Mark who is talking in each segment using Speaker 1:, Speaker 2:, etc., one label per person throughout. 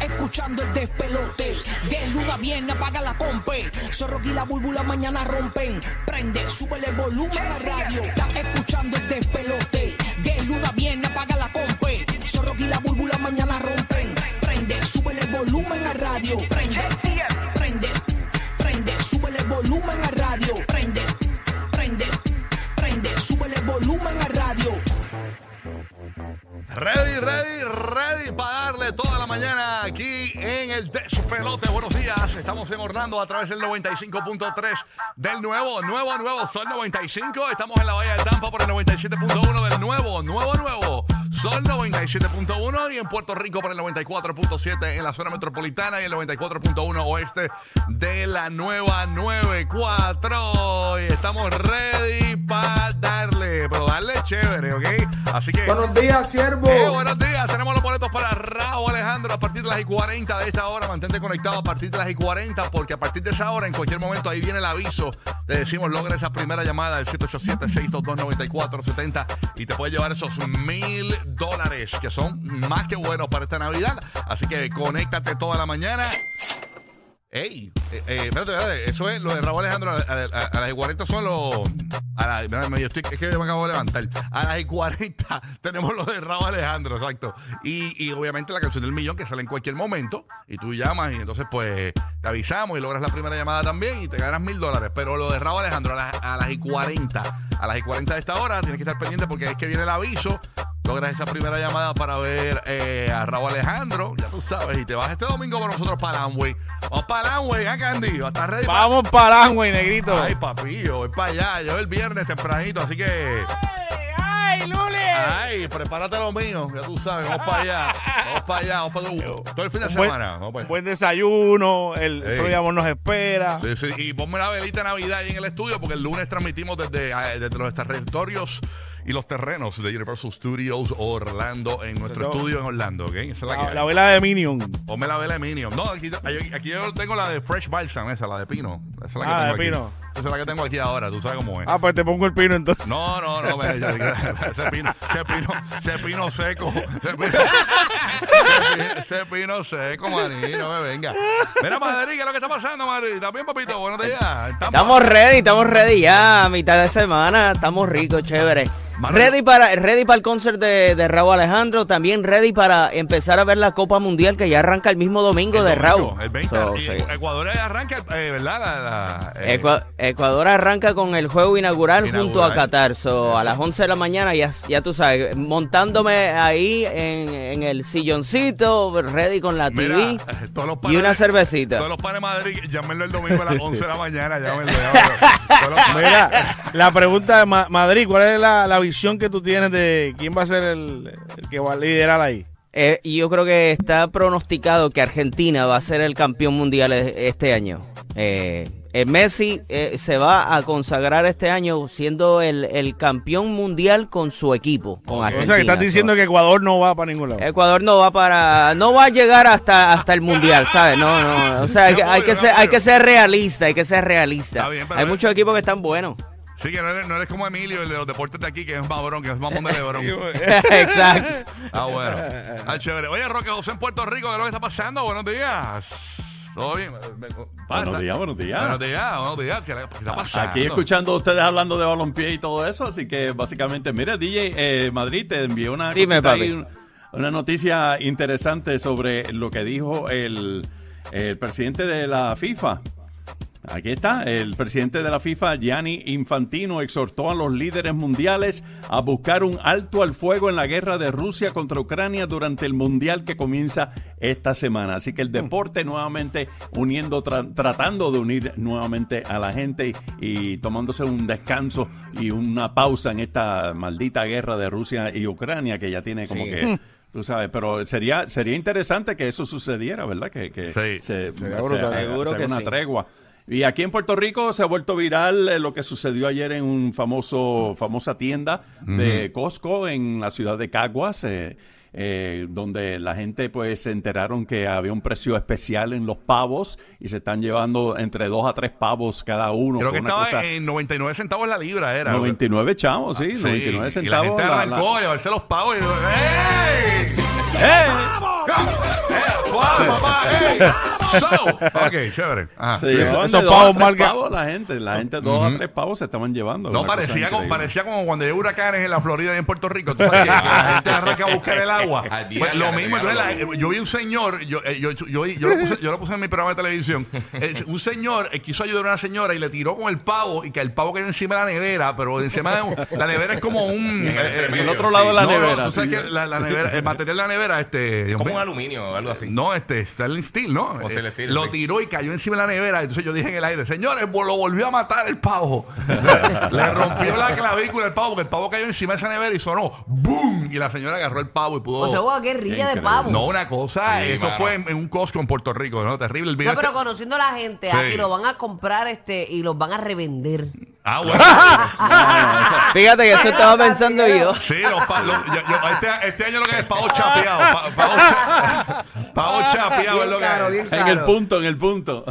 Speaker 1: escuchando el despelote. De luna viene, apaga la compe. Zorro y la búlbula mañana rompen. Prende, súbele el volumen a radio. Estás escuchando el despelote. De luna viene, apaga la compe. Zorro y la búlbula mañana rompen. Prende, súbele el volumen a radio. Prende, prende, prende, súbele el volumen a radio. Prende, prende, prende, súbele el volumen a radio.
Speaker 2: Ready, ready, ready para darle toda la mañana aquí en el Despelote. Buenos días, estamos en Orlando a través del 95.3 del nuevo, nuevo, nuevo Sol 95. Estamos en la Bahía de Tampa por el 97.1 del nuevo, nuevo, nuevo Sol 97.1 y en Puerto Rico por el 94.7 en la zona metropolitana y el 94.1 oeste de la nueva 94. Y estamos ready para darle, pero darle chévere, ¿ok? Así que...
Speaker 3: Buenos días, siervo.
Speaker 2: Eh, buenos días, tenemos los boletos para Raúl Alejandro a partir de las y 40 de esta hora. Mantente conectado a partir de las y 40 porque a partir de esa hora, en cualquier momento, ahí viene el aviso. Te decimos, logra esa primera llamada del 787-622-9470 y te puede llevar esos mil dólares que son más que buenos para esta Navidad. Así que conéctate toda la mañana. Ey, eh, eh, espérate, espérate, eso es lo de Raúl Alejandro. A, a- a las 40 son los. A las- mira, me- yo estoy- es que yo me acabo de levantar. A las 40 tenemos lo de Raúl Alejandro, exacto. Y, y obviamente la canción del millón que sale en cualquier momento. Y tú llamas y entonces, pues, te avisamos y logras la primera llamada también y te ganas mil dólares. Pero lo de Raúl Alejandro, a las, a las 40, a las 40 de esta hora, tienes que estar pendiente porque es que viene el aviso. Logras esa primera llamada para ver eh, a Raúl Alejandro, ya tú sabes, y te vas este domingo con nosotros para Amway. Vamos para Amway, ¿eh, Candy? ¿Estás ready? pa-
Speaker 4: Vamos para güey, negrito.
Speaker 2: Ay, papillo, voy para allá, yo el viernes tempranito, así que...
Speaker 4: ay, Lule.
Speaker 2: Ay, prepárate lo mío, ya tú sabes, vamos para allá, vamos para allá, vamos para todo, todo el fin de
Speaker 4: Un buen-
Speaker 2: semana. vamos pa' allá.
Speaker 4: Buen desayuno, el
Speaker 2: Ey.
Speaker 4: otro día amor nos espera.
Speaker 2: Sí, sí, Y ponme la velita de Navidad ahí en el estudio porque el lunes transmitimos desde, ah, desde los territorios y los terrenos de Universal Studios Orlando en nuestro
Speaker 4: Pero-
Speaker 2: estudio en Orlando, ¿ok? Esa es la que
Speaker 4: Ah, La,
Speaker 2: hay.
Speaker 4: la vela de Minion.
Speaker 2: Ponme la vela de Minion. No, aquí, aquí- aquí yo tengo la de Fresh Balsam, esa, la de Pino. Esa es la que
Speaker 4: Ah,
Speaker 2: tengo
Speaker 4: de
Speaker 2: aquí.
Speaker 4: Pino.
Speaker 2: Esa es la que tengo aquí ahora, tú sabes cómo es.
Speaker 4: Ah, pues te pongo el pino entonces.
Speaker 2: No, no, no, ve, ya, ya, ese, pino, ese, pino, ese pino seco. Ese pino, ese pino seco, Madrid, no me venga. Mira, Madrid, ¿qué es lo que está pasando, Madrid? ¿También, papito? Buenos días.
Speaker 5: Estamos ready, estamos ready ya, a mitad de semana, estamos ricos, chévere.
Speaker 2: Mano,
Speaker 5: Ready para, ready para el concert de, de Raúl Alejandro, también ready para empezar a ver la Copa Mundial que ya arranca el mismo domingo
Speaker 2: El
Speaker 5: de
Speaker 2: domingo,
Speaker 5: Raúl.
Speaker 2: El 20.
Speaker 5: So,
Speaker 2: y
Speaker 5: sí.
Speaker 2: Ecuador arranca, eh, ¿verdad? La- la, eh,
Speaker 5: Ecua- Ecuador arranca con el juego inaugural, junto
Speaker 2: Inaugural.
Speaker 5: a Qatar, so, a
Speaker 2: Eso.
Speaker 5: las 11 de la mañana, ya, ya tú sabes, montándome ahí en, en el silloncito, ready con la
Speaker 2: Mira,
Speaker 5: TV
Speaker 2: eh, todos los
Speaker 5: y
Speaker 2: paneles-
Speaker 5: una cervecita.
Speaker 2: Todos los panes de Madrid, llámenlo el domingo a las 11 de la mañana, llámenlo. llámenlo. Todos los panes-
Speaker 4: Mira, la pregunta de Ma- Madrid, ¿cuál es la, la visión que tú tienes de quién va a ser el, el que va a liderar ahí?
Speaker 5: Eh, y yo creo que está pronosticado que Argentina va a ser el campeón mundial e- este año. Eh, eh, Messi eh, se va a consagrar este año siendo el, el campeón mundial con su equipo, con
Speaker 4: O
Speaker 5: Argentina. Eh.
Speaker 4: sea, que estás diciendo que Ecuador no va para ningún lado.
Speaker 5: Ecuador no va para, no va a llegar hasta hasta el mundial, ¿sabes? No, no. O sea, hay, que- hay que ser, hay que ser realista, hay que ser realista.
Speaker 2: Está bien, pero-
Speaker 5: Hay muchos equipos que están buenos.
Speaker 2: Sí, que no eres, no eres como Emilio, el de los deportes de aquí, que es mambrón, que es mamón de Lebron.
Speaker 5: Exacto.
Speaker 2: Ah, bueno. Ah, chévere. Oye, Roque José en Puerto Rico, ¿qué es lo que está pasando? Buenos días. ¿Todo bien?
Speaker 6: Buenos días, buenos días.
Speaker 2: Buenos días, buenos días. ¿Qué, le- qué está pasando?
Speaker 6: Aquí escuchando a ustedes hablando de balompié y todo eso, así que básicamente, mira, DJ eh, Madrid te envió una,
Speaker 5: Dime,
Speaker 6: cosita
Speaker 5: papi.
Speaker 6: ahí, una noticia interesante sobre lo que dijo el, el presidente de la FIFA. Aquí está, el presidente de la FIFA, Gianni Infantino, exhortó a los líderes mundiales a buscar un alto al fuego en la guerra de Rusia contra Ucrania durante el mundial que comienza esta semana. Así que el deporte nuevamente uniendo, tra- tratando de unir nuevamente a la gente y tomándose un descanso y una pausa en esta maldita guerra de Rusia y Ucrania que ya tiene como
Speaker 5: Sí.
Speaker 6: que... Tú sabes, pero sería sería interesante que eso sucediera, ¿verdad? Que, que
Speaker 2: Sí.
Speaker 4: Sería
Speaker 6: se, se-
Speaker 4: brutal.
Speaker 6: se-
Speaker 5: Seguro
Speaker 6: se-
Speaker 5: que
Speaker 6: una
Speaker 5: sí.
Speaker 6: tregua. Y aquí en Puerto Rico se ha vuelto viral eh, lo que sucedió ayer en un famoso famosa tienda de Costco en la ciudad de Caguas. eh, eh, donde la gente pues se enteraron que había un precio especial en los pavos y se están llevando entre dos a tres pavos cada uno.
Speaker 2: Creo
Speaker 6: Fue
Speaker 2: que
Speaker 6: una
Speaker 2: estaba
Speaker 6: cosa-
Speaker 2: en 99 centavos la libra, era.
Speaker 6: 99 chavos, sí,
Speaker 2: Sí,
Speaker 6: 99
Speaker 2: Y la
Speaker 6: centavos.
Speaker 2: gente
Speaker 6: la- la-
Speaker 2: arrancó a llevarse los pavos y... ¡Ey!
Speaker 6: ¡Eh!
Speaker 2: suave, papá, ey. So, ok, chévere. Ajá.
Speaker 6: Sí,
Speaker 4: Sí,
Speaker 6: son
Speaker 4: esos
Speaker 6: de dos
Speaker 4: pavos
Speaker 6: a tres
Speaker 4: marca-
Speaker 6: pavos la gente, la gente dos a tres pavos se estaban llevando.
Speaker 2: No,
Speaker 6: una cosa
Speaker 2: parecía como,
Speaker 6: increíble.
Speaker 2: parecía como cuando hay huracanes en la Florida y en Puerto Rico. Tú sabes que la gente arranca a buscar el agua.
Speaker 3: Al día,
Speaker 2: Pues lo
Speaker 3: al día,
Speaker 2: mismo.
Speaker 3: al
Speaker 2: entonces
Speaker 3: día.
Speaker 2: la- yo vi un señor, yo, eh, yo, yo- yo lo puse, yo lo puse en mi programa de televisión. Eh, un señor eh, quiso ayudar a una señora y le tiró con el pavo y que el pavo cayó encima de la nevera, pero encima de un- la nevera es como un. eh, eh,
Speaker 3: Del
Speaker 6: otro lado de la nevera,
Speaker 2: tú sabes
Speaker 6: sí.
Speaker 2: que la, la nevera, el material de la nevera, este. Dios
Speaker 3: Como
Speaker 2: mío.
Speaker 3: un aluminio o algo así.
Speaker 2: No, este, Sterling Steel, ¿no? Eh,
Speaker 3: O Sterling Steel,
Speaker 2: lo
Speaker 3: sí.
Speaker 2: tiró y cayó encima de la nevera. Entonces yo dije en el aire, señores, vol- lo volvió a matar el pavo. Le rompió la clavícula el pavo, porque el pavo cayó encima de esa nevera y sonó ¡boom! Y la señora agarró el pavo y pudo.
Speaker 7: O sea, wow, qué rilla de
Speaker 6: Increíble.
Speaker 7: pavo.
Speaker 2: no, una cosa,
Speaker 3: Sí,
Speaker 2: eso
Speaker 3: mano.
Speaker 2: fue en, en un Costco en Puerto Rico, ¿no? Terrible el video. este.
Speaker 7: No, pero conociendo a la gente,
Speaker 2: Sí.
Speaker 7: aquí lo van a comprar este y los van a revender.
Speaker 2: Ah, bueno.
Speaker 5: Fíjate que eso estaba pensando yo.
Speaker 2: Sí, los pa- los- yo- yo- este, este año lo que es pavo chapeado. pa- pavo, cha- pavo chapeado es lo
Speaker 7: Bien
Speaker 2: que
Speaker 7: caro,
Speaker 2: es.
Speaker 7: bien
Speaker 6: En el
Speaker 7: caro.
Speaker 6: punto, en el punto.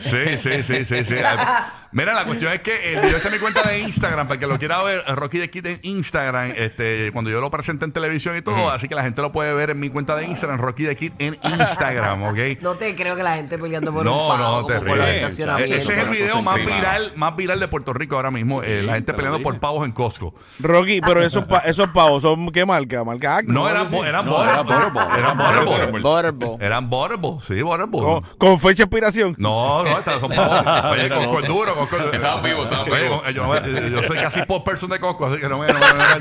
Speaker 2: Sí, sí, sí, sí, sí. Ah, Mira, la cuestión es que el video está en mi cuenta de Instagram, para el que lo quiera ver, Rocky de Kid en Instagram, este, cuando yo lo presenté en televisión y todo, así que la gente lo puede ver en mi cuenta de Instagram, Rocky de Kid en Instagram, ¿ok?
Speaker 7: No te creo que la gente peleando por un
Speaker 2: No,
Speaker 7: pavo,
Speaker 2: no,
Speaker 7: como por el
Speaker 6: ríes.
Speaker 2: terrible. E-, Ese es
Speaker 7: estacionamiento.
Speaker 2: el
Speaker 3: Una
Speaker 2: video
Speaker 3: cosa
Speaker 2: más
Speaker 3: encima.
Speaker 2: viral, más viral de Puerto Rico ahora mismo, eh, la gente
Speaker 6: te lo
Speaker 2: peleando por
Speaker 6: dije.
Speaker 2: pavos en Costco.
Speaker 4: Rocky, pero esos, pa- esos pavos son qué marca? Marca Acme,
Speaker 2: No,
Speaker 4: algo
Speaker 2: eran
Speaker 4: así.
Speaker 2: bo- eran
Speaker 6: No, era
Speaker 2: Butterball.
Speaker 6: Butterball.
Speaker 2: Eran Butterball.
Speaker 5: Butterball.
Speaker 2: Eran Butterball, sí, Butterball.
Speaker 4: con, con fecha de expiración.
Speaker 2: No, no, estas son pavos. Oye, Costco es duro, Costco es-
Speaker 3: Estaban vivos, estaban
Speaker 2: Oye,
Speaker 3: vivos.
Speaker 2: con- Yo, yo soy casi post person de Costco, así que no me. No, me- no me-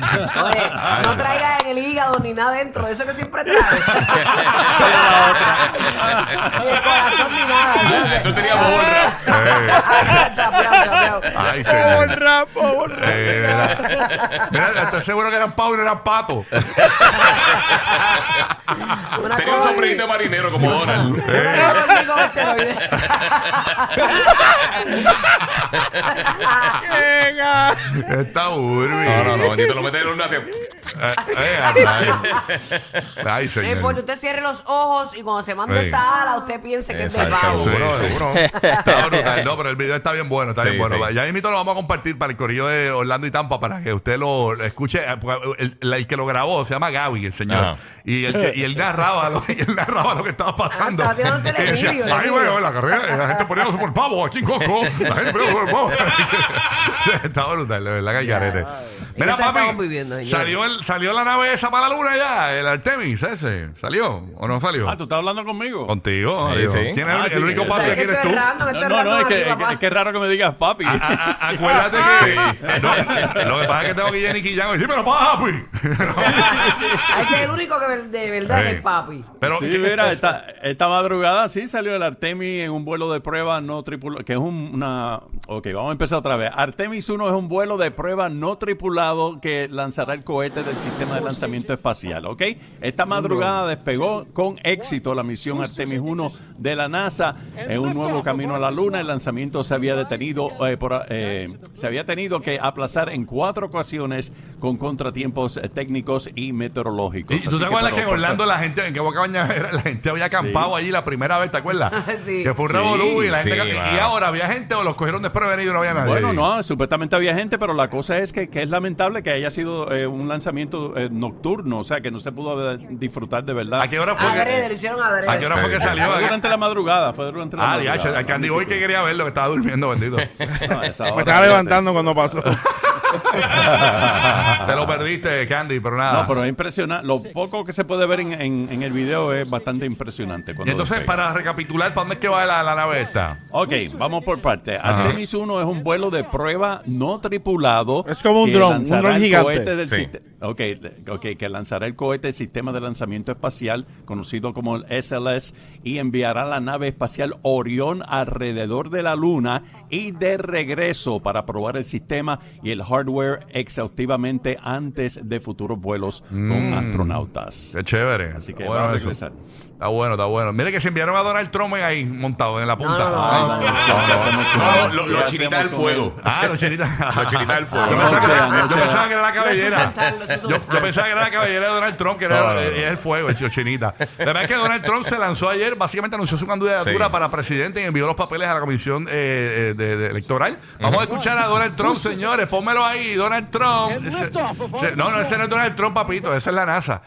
Speaker 7: Oye,
Speaker 2: Ay,
Speaker 7: no traigas en el hígado ni nada dentro, eso que siempre traes. Oye, corazón ni nada.
Speaker 3: Tú tenías borra.
Speaker 2: eh,
Speaker 7: Ay, chapeado, chapeado.
Speaker 2: Ay,
Speaker 4: Pavo
Speaker 2: señor.
Speaker 4: rap, pavo rap.
Speaker 2: Eh, mira, mira, estoy seguro que eran pavos y no eran patos.
Speaker 7: Una
Speaker 3: Tenía un
Speaker 7: cosa-
Speaker 3: sombrerito de marinero como Donald.
Speaker 2: Eh,
Speaker 7: Una cosa con esteroides.
Speaker 4: Venga.
Speaker 2: está burbi.
Speaker 3: No, no, no. Yo te lo metes en un nacio.
Speaker 2: Eh, eh, ay, ay,
Speaker 7: No importa,
Speaker 2: señor.
Speaker 7: usted cierre los ojos y cuando se mande
Speaker 2: Sí.
Speaker 7: esa ala, usted piense que es de
Speaker 3: Exacto.
Speaker 7: pavo.
Speaker 2: Sí,
Speaker 3: Seguro,
Speaker 2: sí.
Speaker 3: seguro.
Speaker 2: Está brutal, no, pero el video está bien bueno, está
Speaker 3: Sí,
Speaker 2: bien bueno.
Speaker 3: sí.
Speaker 2: Ya mismo lo vamos a compartir para el corrillo de Orlando y Tampa para que usted lo escuche. Eh, porque El, el- el que lo grabó se llama Gaby, el señor.
Speaker 3: Ajá.
Speaker 2: Y, el, que- y él narraba lo, y él narraba lo que estaba pasando.
Speaker 7: Ah, estaba tirándose el
Speaker 2: Y decía,
Speaker 7: vidrio, el
Speaker 2: Ay,
Speaker 7: vidrio".
Speaker 2: bueno, la carrera, la gente poniéndose por pavo aquí en Coco. La gente poniéndose por pavo. está brutal, la verdad que hay garete.
Speaker 7: ¿En qué
Speaker 2: Mira,
Speaker 7: se estaban
Speaker 2: papi,
Speaker 7: viviendo, señor?
Speaker 2: salió, el, salió la nave esa para la luna ya, el Artemis ese. ¿Salió o no salió?
Speaker 6: Ah, tú estás hablando conmigo.
Speaker 2: Contigo,
Speaker 3: Sí,
Speaker 2: digo.
Speaker 3: sí.
Speaker 2: ¿Quién es
Speaker 6: Ah,
Speaker 2: el,
Speaker 6: sí,
Speaker 2: único
Speaker 6: sí.
Speaker 7: O
Speaker 2: papi que
Speaker 7: sea, que esto
Speaker 2: quieres tú?
Speaker 7: es random, esto
Speaker 6: No,
Speaker 7: es
Speaker 6: no,
Speaker 7: random
Speaker 6: no, es que,
Speaker 7: aquí,
Speaker 6: es,
Speaker 7: papá.
Speaker 6: que- es que es raro que me digas papi.
Speaker 2: A- a- a- acuérdate que no, lo que pasa es que tengo que ir a Nicky Jam y decir, pero papi.
Speaker 7: Ah, Ese es el único que ver- de verdad
Speaker 2: Sí.
Speaker 7: es papi.
Speaker 2: pero
Speaker 6: Sí, mira, esta, esta madrugada sí salió el Artemis en un vuelo de prueba no tripulado, que es un- una... Ok, vamos a empezar otra vez. Artemis 1 es un vuelo de prueba no tripulado que lanzará el cohete del sistema de lanzamiento espacial, ¿ok? Esta madrugada despegó con éxito la misión Artemis 1 de la NASA en un nuevo camino a la Luna. El lanzamiento se había detenido, eh, por, eh, se había tenido que aplazar en cuatro ocasiones con contratiempos eh, técnicos y meteorológicos.
Speaker 2: ¿Y tú
Speaker 6: Así
Speaker 2: te acuerdas
Speaker 6: pero
Speaker 2: que en
Speaker 6: por
Speaker 2: Orlando la gente, en que la gente había acampado allí la primera vez, ¿te acuerdas?
Speaker 7: Sí.
Speaker 2: Que fue un
Speaker 3: Sí,
Speaker 2: revolú y la gente.
Speaker 3: sí,
Speaker 2: y
Speaker 3: mano.
Speaker 2: ahora había gente o los cogieron desprevenidos y no había nadie.
Speaker 6: Bueno, no, supuestamente había gente, pero la cosa es que, que es lamentable que haya sido eh, un lanzamiento eh, nocturno, o sea, que no se pudo eh, disfrutar de verdad.
Speaker 2: ¿A qué hora fue
Speaker 7: Adrede, lo
Speaker 2: que,
Speaker 7: hicieron
Speaker 2: ¿a qué
Speaker 7: adrede.
Speaker 2: hora fue que
Speaker 3: Sí.
Speaker 2: salió?
Speaker 6: Fue durante la madrugada, fue durante la
Speaker 2: ¿eh? Ah,
Speaker 6: madrugada.
Speaker 2: diache, al Candy Boy que quería verlo, que estaba durmiendo, bendito.
Speaker 6: No, a esa
Speaker 4: Me estaba
Speaker 6: hora, fíjate.
Speaker 4: levantando cuando pasó.
Speaker 2: Te lo perdiste, Candy, pero nada.
Speaker 6: No, pero es impresionante. Lo poco que se puede ver en, en- en el video es bastante impresionante.
Speaker 2: y
Speaker 6: cuando
Speaker 2: entonces,
Speaker 6: despega.
Speaker 2: para recapitular, ¿para dónde es que va la, la nave esta?
Speaker 6: Ok, vamos por parte. Artemis 1 es un vuelo de prueba no tripulado.
Speaker 4: Es como un
Speaker 6: que
Speaker 4: dron, un
Speaker 6: lanzará
Speaker 4: dron
Speaker 6: el
Speaker 4: gigante.
Speaker 6: cohete del
Speaker 3: Sí.
Speaker 6: siste- ok, de- ok, que lanzará el cohete del sistema de lanzamiento espacial, conocido como el SLS, y enviará la nave espacial Orión alrededor de la Luna y de regreso para probar el sistema y el hardware exhaustivamente antes de futuros vuelos con astronautas.
Speaker 2: Qué chévere.
Speaker 6: Así que
Speaker 2: Está
Speaker 6: va
Speaker 2: eso.
Speaker 6: a regresar.
Speaker 2: Está bueno, está bueno. Mire que se enviaron a Donald Trump ahí montado en la punta.
Speaker 7: No, no, no,
Speaker 2: Ay,
Speaker 7: no, no, no.
Speaker 3: No, lo- lo
Speaker 6: ¿Qué
Speaker 3: chirita del
Speaker 6: hacemos con
Speaker 3: fuego.
Speaker 2: Ah, los chinitas.
Speaker 3: Los chinitas del fuego.
Speaker 2: Yo pensaba que era-
Speaker 6: Anoche,
Speaker 2: yo pensaba que era la
Speaker 7: No se
Speaker 2: cabellera.
Speaker 7: sentan, no se
Speaker 2: Yo,
Speaker 7: sentan.
Speaker 2: yo pensaba que era la cabellera de Donald Trump, que era
Speaker 3: No, no, no.
Speaker 2: era el fuego, el chinita. La verdad es que Donald Trump se lanzó ayer, básicamente anunció su candidatura
Speaker 3: Sí.
Speaker 2: para presidente y envió los papeles a la comisión eh, eh, de- de electoral. Vamos a escuchar a Donald Trump, señores. Pónmelo ahí, Donald Trump. Se- se- no, no, ese no es Donald Trump, papito, esa es la NASA.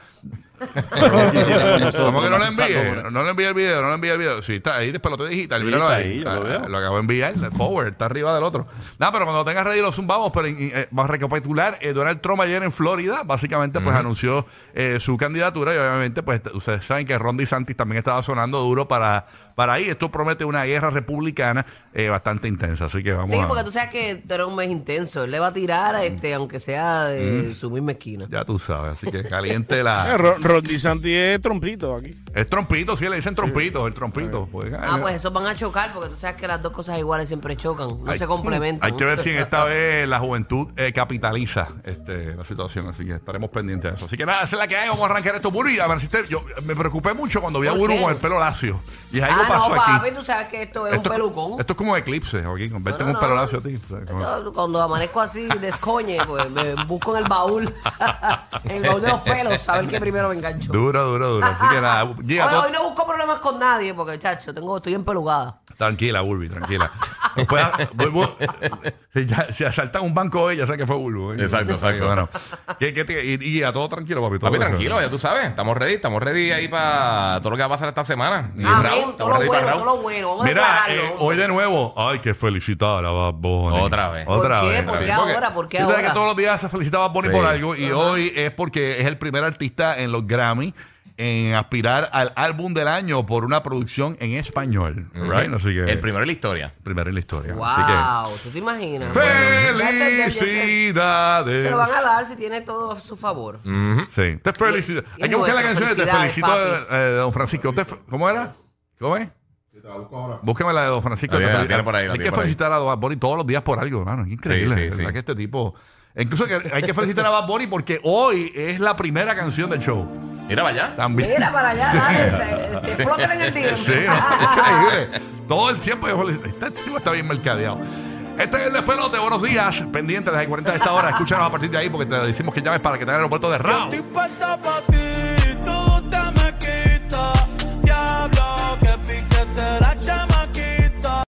Speaker 6: No quisiera con nosotros,
Speaker 2: ¿Cómo que no le
Speaker 6: vamos a
Speaker 2: envíe?
Speaker 6: sacar-
Speaker 2: No le envíe el video, no le envíe el video. Sí, está ahí, despelote digital.
Speaker 6: Sí,
Speaker 2: míralo
Speaker 6: está
Speaker 2: ahí.
Speaker 6: ahí, yo lo
Speaker 2: Ah,
Speaker 6: veo.
Speaker 2: acabo de enviar, el forward, está arriba del otro. Nada, pero cuando lo tengas ready lo zumbamos, pero en- eh, vamos a recapitular. eh, Donald Trump ayer en Florida, básicamente, pues anunció eh, su candidatura y obviamente, pues t- ustedes saben que Ron DeSantis también estaba sonando duro para, para ahí. Esto promete una guerra republicana eh, bastante intensa, así que vamos
Speaker 7: Sí,
Speaker 2: a... Mm.
Speaker 7: porque tú sabes que tú eres un mes intenso. Él le va a tirar, este, aunque sea de su misma esquina.
Speaker 2: Ya tú sabes, así que caliente
Speaker 4: Ah,
Speaker 2: la...
Speaker 4: Rodney Santi es trompito aquí.
Speaker 2: Es trompito, sí, le dicen trompito, el trompito. pues,
Speaker 7: Ah, pues esos van a chocar porque tú sabes que las dos cosas iguales siempre chocan, no
Speaker 2: Hay-
Speaker 7: se complementan.
Speaker 2: Hay que ver si en esta vez la juventud eh, capitaliza este, la situación, así que estaremos pendientes de eso. Así que nada, esa es la que hay, vamos a arrancar esto. Buru, y a ver si te- yo me preocupé mucho cuando vi a
Speaker 7: ¿Por
Speaker 2: Buru
Speaker 7: qué?
Speaker 2: con el pelo lacio. Y algo
Speaker 7: Ah,
Speaker 2: pasó
Speaker 7: no,
Speaker 2: aquí.
Speaker 7: papi, tú sabes que esto es un pelucón.
Speaker 2: esto es como eclipse, aquí, con verte
Speaker 7: No,
Speaker 2: con
Speaker 7: no,
Speaker 2: un pelo
Speaker 7: no.
Speaker 2: lacio a ti. o sea, como-
Speaker 7: Yo, cuando amanezco así, descoñe, pues me busco en el baúl, en el baúl de los pelos, a ver qué primero me engancho.
Speaker 2: Duro, duro, duro. Así que nada, llega
Speaker 7: Oye,
Speaker 2: todo-
Speaker 7: hoy no busco problemas con nadie porque, chacho, tengo, estoy empelugada.
Speaker 2: Tranquila, Bulbi, tranquila. Después, Bulbu, si, ya- si asaltan un banco hoy, ya sé que fue Bulbu. ¿eh?
Speaker 3: Exacto, exacto.
Speaker 2: Y bueno, ¿qué- qué te- y, y a todo tranquilo, papi. todo
Speaker 3: Papi, tranquilo, ya tú sabes. Estamos ready, estamos ready ahí para todo lo que va a pasar esta semana. Y el Raw,
Speaker 7: Amén, Ah, todo
Speaker 3: estamos
Speaker 7: lo
Speaker 3: ready
Speaker 7: bueno,
Speaker 3: para el
Speaker 7: todo
Speaker 3: Raw.
Speaker 7: lo bueno. Vamos a
Speaker 2: Mira, eh,
Speaker 7: declararlo.
Speaker 2: hoy de nuevo, hay que felicitar a Bad Bunny.
Speaker 3: Otra vez.
Speaker 7: ¿Por
Speaker 2: Otra
Speaker 7: qué?
Speaker 2: vez.
Speaker 7: ¿Por qué
Speaker 3: sí, porque-
Speaker 7: ahora? ¿Por qué
Speaker 2: Tú sabes
Speaker 7: ahora?
Speaker 2: que todos los días se felicita a Bad Bunny
Speaker 3: Sí.
Speaker 2: por algo y hoy es porque es el primer artista en los Grammy en aspirar al álbum del año por una producción en español. Right? Así que
Speaker 3: El primero en la historia.
Speaker 2: primero en la historia. Así
Speaker 7: Wow, ¿tú te imaginas?
Speaker 2: que
Speaker 7: Ya sé que- ya sé.
Speaker 2: felicidades.
Speaker 7: Se lo van a dar si tiene todo a su favor.
Speaker 2: Mm. Sí. Te felicito.
Speaker 7: Bien,
Speaker 2: Hay que buscar la
Speaker 7: bueno,
Speaker 2: canción de Te
Speaker 7: felicidades,
Speaker 2: felicito,
Speaker 7: papi.
Speaker 2: eh, de Don Francisco. Te fe- ¿Cómo era? ¿Cómo es? Búscame la de Don Francisco.
Speaker 3: La
Speaker 2: Te
Speaker 3: tiene- la
Speaker 2: felicito.
Speaker 3: tiene por ahí, la
Speaker 2: hay
Speaker 3: tiene
Speaker 2: que
Speaker 3: por ahí.
Speaker 2: felicitar a Bad Bunny todos los días por algo, hermano. Es increíble.
Speaker 3: Sí, sí,
Speaker 2: es verdad
Speaker 3: sí.
Speaker 2: que este tipo. Incluso que hay que felicitar a Bad Bunny porque hoy es la primera canción del show.
Speaker 3: Mira para allá.
Speaker 2: También.
Speaker 7: Mira para allá, dale, se- este, explótale en el tiro.
Speaker 2: Sí, ¿no? Increíble. Todo el tiempo. yo- Este tipo está bien mercadeado. Este es el despelote. Buenos días. Pendiente desde 40 de esta hora. Escúchanos a partir de ahí porque te decimos que llames para que te hagan el aeropuerto de Raw.
Speaker 1: Estoy puesto pa' ti,